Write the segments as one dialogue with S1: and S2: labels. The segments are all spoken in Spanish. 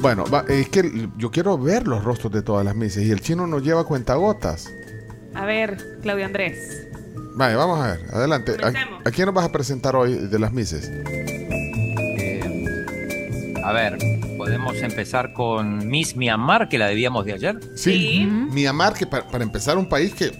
S1: Bueno, va- es que yo quiero ver los rostros de todas las Misses y el chino nos lleva cuentagotas.
S2: A ver, Claudio Andrés.
S1: Vale, vamos a ver, adelante.
S2: Comencemos.
S1: ¿A, a quién nos vas a presentar hoy de las Misses?
S3: Eh, a ver, podemos empezar con Miss Myanmar, que la debíamos de ayer.
S2: Sí.
S1: Ujú. Myanmar, que pa- para, empezar, un país que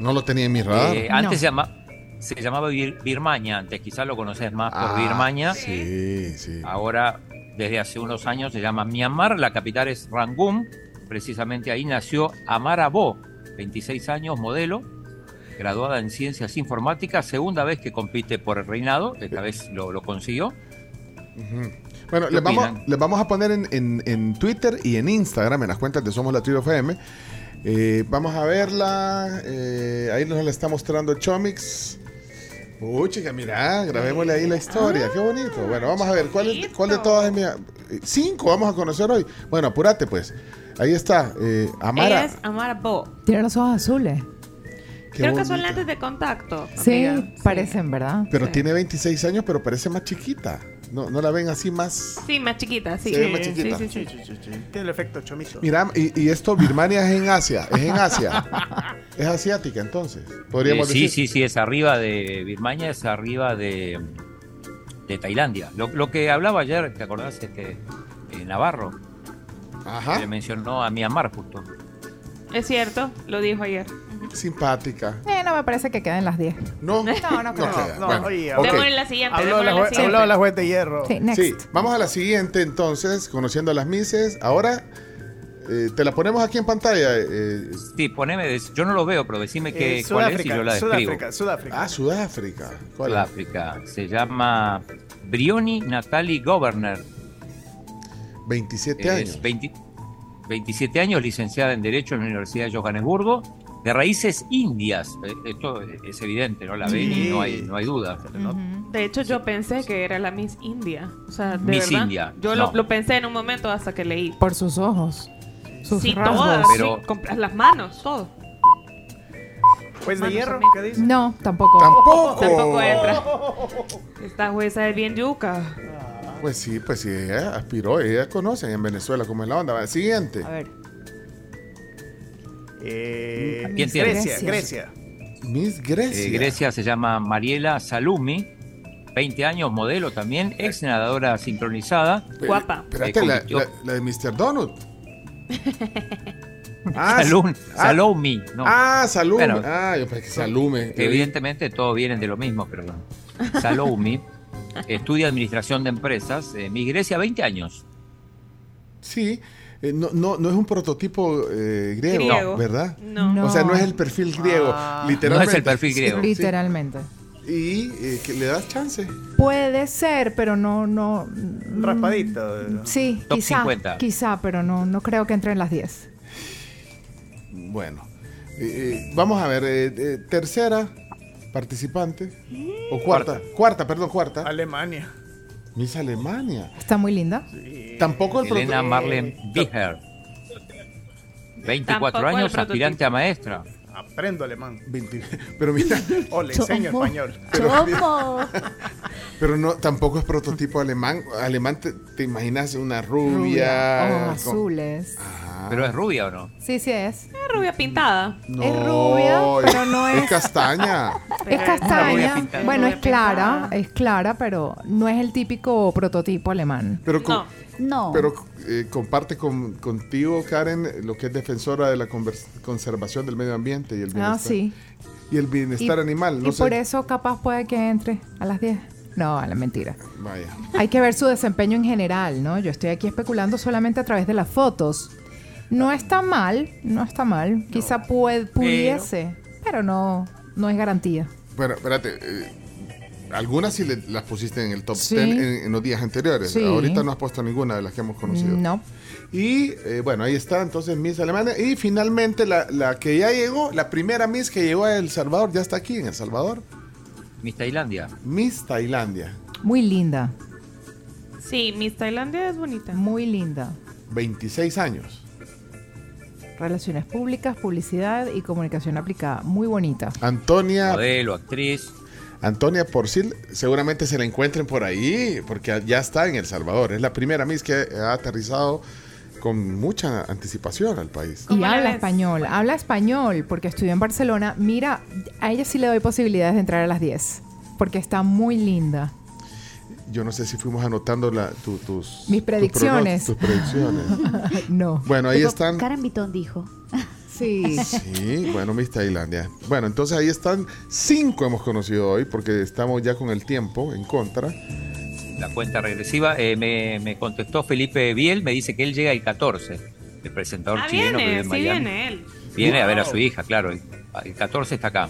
S1: no lo tenía en mi radar.
S3: Eh,
S4: No.
S3: Antes se, llama- se llamaba Bir- Birmania, antes quizás lo conoces más
S1: Ah,
S3: por Birmania.
S1: Sí, sí.
S3: Ahora, desde hace unos años, se llama Myanmar. La capital es Rangún. Precisamente ahí nació Amara Bo, 26 años, modelo, graduada en ciencias informáticas, segunda vez que compite por el reinado,
S1: Eh.
S3: esta vez lo, lo consiguió.
S1: Ujú. Bueno,
S3: ¿Qué
S1: les vamos,
S3: opinan?
S1: les vamos a poner en, en- en Twitter y en Instagram, en las cuentas de Somos la Tribu FM. Eh, vamos a verla. eh, ahí nos la está mostrando Chomix. Uy, chica, mirá, grabémosle ahí la historia. Qué bonito. Bueno, vamos a ver, ¿cuál, es- cuál de todas es mi... eh, Cinco vamos a conocer hoy. Bueno, apúrate pues. Ahí está, eh,
S2: Ella
S1: Amara.
S2: es Amara Bo.
S4: Tiene los ojos azules.
S1: Qué
S2: Creo que son
S1: bonita.
S2: lentes de contacto.
S4: Sí,
S2: amiga.
S4: parecen, ¿verdad?
S1: Pero
S4: Sí.
S1: tiene 26 años, pero parece más chiquita. No, no la ven así más...
S2: Sí, más chiquita, sí.
S1: Se ve más
S2: Sí,
S1: chiquita.
S2: sí, sí.
S5: Tiene el efecto chomito.
S1: Mira, y, y esto, Birmania es en Asia, es en Asia. es asiática, entonces. Podríamos
S3: Eh, sí,
S1: decir.
S3: sí, sí, es arriba de Birmania, es arriba de, de Tailandia. Lo, lo que hablaba ayer, ¿te acordás? Este, eh, Navarro,
S1: Ajá. ¿Ah?
S3: que le mencionó a Myanmar justo.
S2: Es cierto, lo dijo ayer.
S1: Simpática.
S4: Eh, no me parece que queden las 10.
S1: No,
S4: No, no creo.
S1: queda.
S5: No,
S1: Bueno,
S5: oye,
S1: ok.
S2: Démosle la siguiente,
S5: Habló
S2: démosle la
S5: la, jue-
S2: siguiente.
S5: habló la juez de hierro. Eh,
S4: Sí, next.
S1: Sí, vamos a la siguiente entonces, conociendo a las Mises. Ahora, eh, te la ponemos aquí en pantalla. eh,
S3: Sí, poneme, des- yo no lo veo, pero decime
S5: Eh,
S3: que, cuál es y
S5: Sudáfrica,
S3: yo la describo.
S5: Sudáfrica, Sudáfrica.
S1: ah, Sudáfrica. ¿Cuál es?
S3: Sudáfrica. Se llama Brioni Natali Governor.
S1: 27
S3: Es
S1: años.
S3: 20 27 años, licenciada en Derecho en la Universidad de Johannesburgo, de raíces indias. Eh, Esto es evidente, ¿no? La ven y no hay, no hay duda.
S5: Se le nota.
S2: De hecho, yo pensé que era la Miss India. O sea, de
S3: Miss
S2: verdad.
S3: India,
S2: Yo lo,
S3: no.
S2: lo pensé en un momento hasta que leí.
S4: Por sus ojos. Sus
S2: sí, todas.
S4: rasgos.
S3: Pero-
S2: sí, con las manos, todo.
S5: Juez de
S2: Manos
S5: hierro,
S2: amigas.
S5: ¿qué dice?
S4: No, tampoco.
S1: Tampoco.
S2: Tampoco entra. Esta jueza es bien yuca.
S1: Pues sí, pues sí, ella aspiró, ella conoce en Venezuela cómo es la onda. Va, Siguiente.
S4: A ver.
S5: Eh,
S3: ¿Quién tiene?
S5: Grecia, Grecia.
S1: Miss Grecia.
S3: Eh, Grecia se llama Mariela Salumi, 20 años, modelo también,
S1: Eh.
S3: ex nadadora sincronizada.
S1: Pe-
S2: Guapa.
S1: Espérate,
S3: Eh,
S1: la,
S3: compitió.
S1: la- la de Mr. Donut. Ah,
S3: Salum-
S1: ah,
S3: Salumi, no.
S1: Ah, Salume.
S3: Bueno.
S1: ah, yo pensé que Salume.
S3: Que evidentemente todos vienen de lo mismo, perdón. Salumi estudia administración de empresas, eh, mi Grecia 20 años.
S1: Sí. eh, no, no, no es un prototipo eh, griego,
S2: Griego.
S1: ¿verdad?
S2: No.
S4: No.
S1: O sea, no es el perfil griego,
S5: Ah.
S3: No
S1: literalmente.
S3: es el perfil griego.
S4: Literalmente.
S1: Y eh, que le das chance.
S4: Puede ser, pero no, no.
S5: Un raspadito. ¿no?
S4: Mm. Sí,
S3: Top
S4: quizá.
S3: 50.
S4: Quizá, pero no, no creo que entre en las 10.
S1: Bueno. eh, eh, vamos a ver, eh, eh, tercera participante. O cuarta. Cuarta, perdón, cuarta.
S5: Alemania.
S1: Miss Alemania.
S4: Está muy linda.
S1: Tampoco el
S3: Elena
S1: proto-
S3: Marlene Biher, 24
S2: Tampoco el
S3: años,
S2: prototipo.
S3: aspirante a maestra.
S5: Aprendo alemán.
S1: 20 Pero mira,
S5: O le enseño español.
S1: Pero no, tampoco es prototipo alemán. Alemán, te, te imaginas una
S4: Rubia, Oh,
S1: rubia.
S4: Ojos
S1: con-
S4: azules.
S1: Ajá.
S3: ¿Pero es rubia o no?
S4: Sí, sí es.
S2: Es rubia pintada.
S1: No,
S4: es rubia, pero no es-
S1: castaña.
S2: Pero
S4: Es
S2: es una
S3: rubia
S4: castaña.
S3: pintada.
S4: Bueno,
S2: Rubia
S4: es clara,
S2: pintada.
S4: es clara, pero no es el típico prototipo alemán.
S1: Pero, con-
S2: No.
S4: No.
S1: pero eh, comparte con- contigo, Karen, lo que es defensora de la convers- conservación del medio ambiente y el bienestar.
S4: Ah, sí.
S1: Y el bienestar animal. No
S4: y
S1: sé.
S4: por eso capaz puede que entre a las 10. No, a la mentira.
S1: Vaya.
S4: Hay que ver su desempeño en general, ¿no? Yo estoy aquí especulando solamente a través de las fotos. No
S1: Ah.
S4: está mal, no está mal. Quizá pue- pudiese, pero no, no es garantía.
S1: Bueno, espérate. eh, algunas sí le- las pusiste en el top
S4: Sí.
S1: 10 en, en los días anteriores.
S4: Sí.
S1: Ahorita no has puesto ninguna de las que hemos conocido.
S4: No.
S1: Y eh, bueno, ahí está entonces Miss Alemania. Y finalmente la, la que ya llegó, la primera Miss que llegó a El Salvador, ya está aquí en El Salvador,
S3: Miss Tailandia.
S1: Miss Tailandia.
S4: Muy linda,
S2: Sí, Miss Tailandia es bonita.
S4: muy linda.
S1: 26 años.
S4: Relaciones públicas, publicidad y comunicación aplicada. Muy bonita.
S1: Antonia,
S3: Modelo, actriz.
S1: Antonia Porcil, seguramente se la encuentren por ahí, porque ya está en El Salvador. Es la primera Miss que ha aterrizado con mucha anticipación al país.
S4: Y
S2: ¿Cómo la
S4: habla
S2: ves?
S4: español, habla español, porque estudió en Barcelona. Mira, a ella sí le doy posibilidades de entrar a las 10, porque está muy linda.
S1: Yo no sé si fuimos anotando la- tu- tus...
S4: Mis
S1: tus
S4: predicciones.
S1: pronos- Tus predicciones.
S4: No.
S1: Bueno, ahí
S6: Digo,
S1: están.
S6: Karen Vitón dijo.
S4: Sí.
S1: Sí, bueno, Miss Tailandia. Bueno, entonces ahí están cinco hemos conocido hoy, porque estamos ya con el tiempo en contra.
S3: la cuenta regresiva. eh, me, me contestó Felipe Biel, me dice que él llega el 14, el presentador
S2: Ah,
S3: chileno que vive
S2: viene,
S3: en
S2: sí
S3: Miami.
S2: viene él.
S3: Viene a ver a
S5: Wow.
S3: su hija, claro. El, el 14 está acá.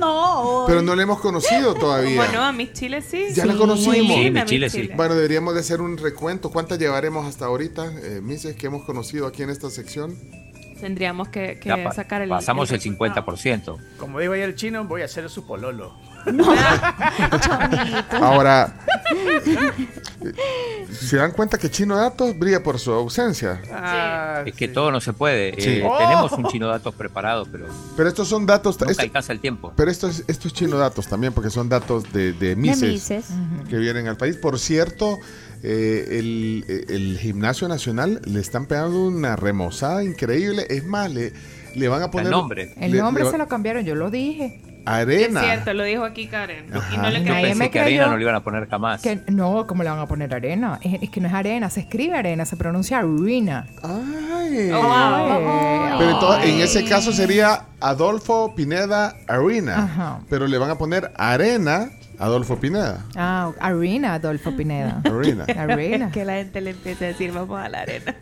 S6: No.
S1: Pero no la hemos conocido todavía.
S2: Bueno, a mis chiles sí.
S1: Ya la
S2: Sí,
S1: conocimos.
S2: muy bien,
S1: Sí,
S3: mis
S2: a mis
S3: chiles sí.
S2: chiles.
S1: Bueno, deberíamos de hacer un recuento. ¿Cuántas llevaremos hasta ahorita, eh, Misses, que hemos conocido aquí en esta sección?
S2: Tendríamos que, que
S3: Ya pa-
S2: sacar el.
S3: pasamos el,
S2: resultado.
S3: 50%.
S5: Como dijo ayer el chino, voy a ser su pololo.
S1: Ahora, ¿se dan cuenta que Chino Datos brilla por su ausencia?
S5: Ah,
S3: Es que
S5: sí.
S3: todo no se puede.
S1: Sí. Este
S3: Eh,
S5: Oh.
S3: Tenemos un chino datos preparado, pero nunca
S1: Pero estos son datos... esto-
S3: alcanza el tiempo.
S1: pero esto es, esto es Chino Datos también, porque son datos de, de Mises.
S6: Me dices.
S1: que vienen al país. Por cierto, eh, el, el Gimnasio Nacional le están pegando una remozada increíble. Es más, le, le van a poner...
S3: nombre.
S4: El
S1: le-
S4: nombre
S1: le-
S4: se lo cambiaron, yo lo dije.
S2: Es
S1: Arena.
S2: cierto, lo dijo aquí Karen. Y
S1: Ajá.
S2: no le
S3: Yo
S4: Nadie
S2: creí.
S4: me
S3: pensé que arena
S4: creyó.
S3: no le iban a poner jamás.
S4: Que, no, ¿cómo le van a poner arena? Es, es que no es arena, se escribe arena, se pronuncia Eh, ruina.
S1: Ay.
S4: Oh, Ay.
S1: Pero en todo- en ese caso sería Adolfo Pineda Arena.
S4: Ajá.
S1: Pero le van a poner Arena Adolfo Pineda.
S4: Ah, arena, Adolfo Pineda.
S1: Arena.
S4: Arena.
S2: Que la gente le empiece a decir, vamos a la arena.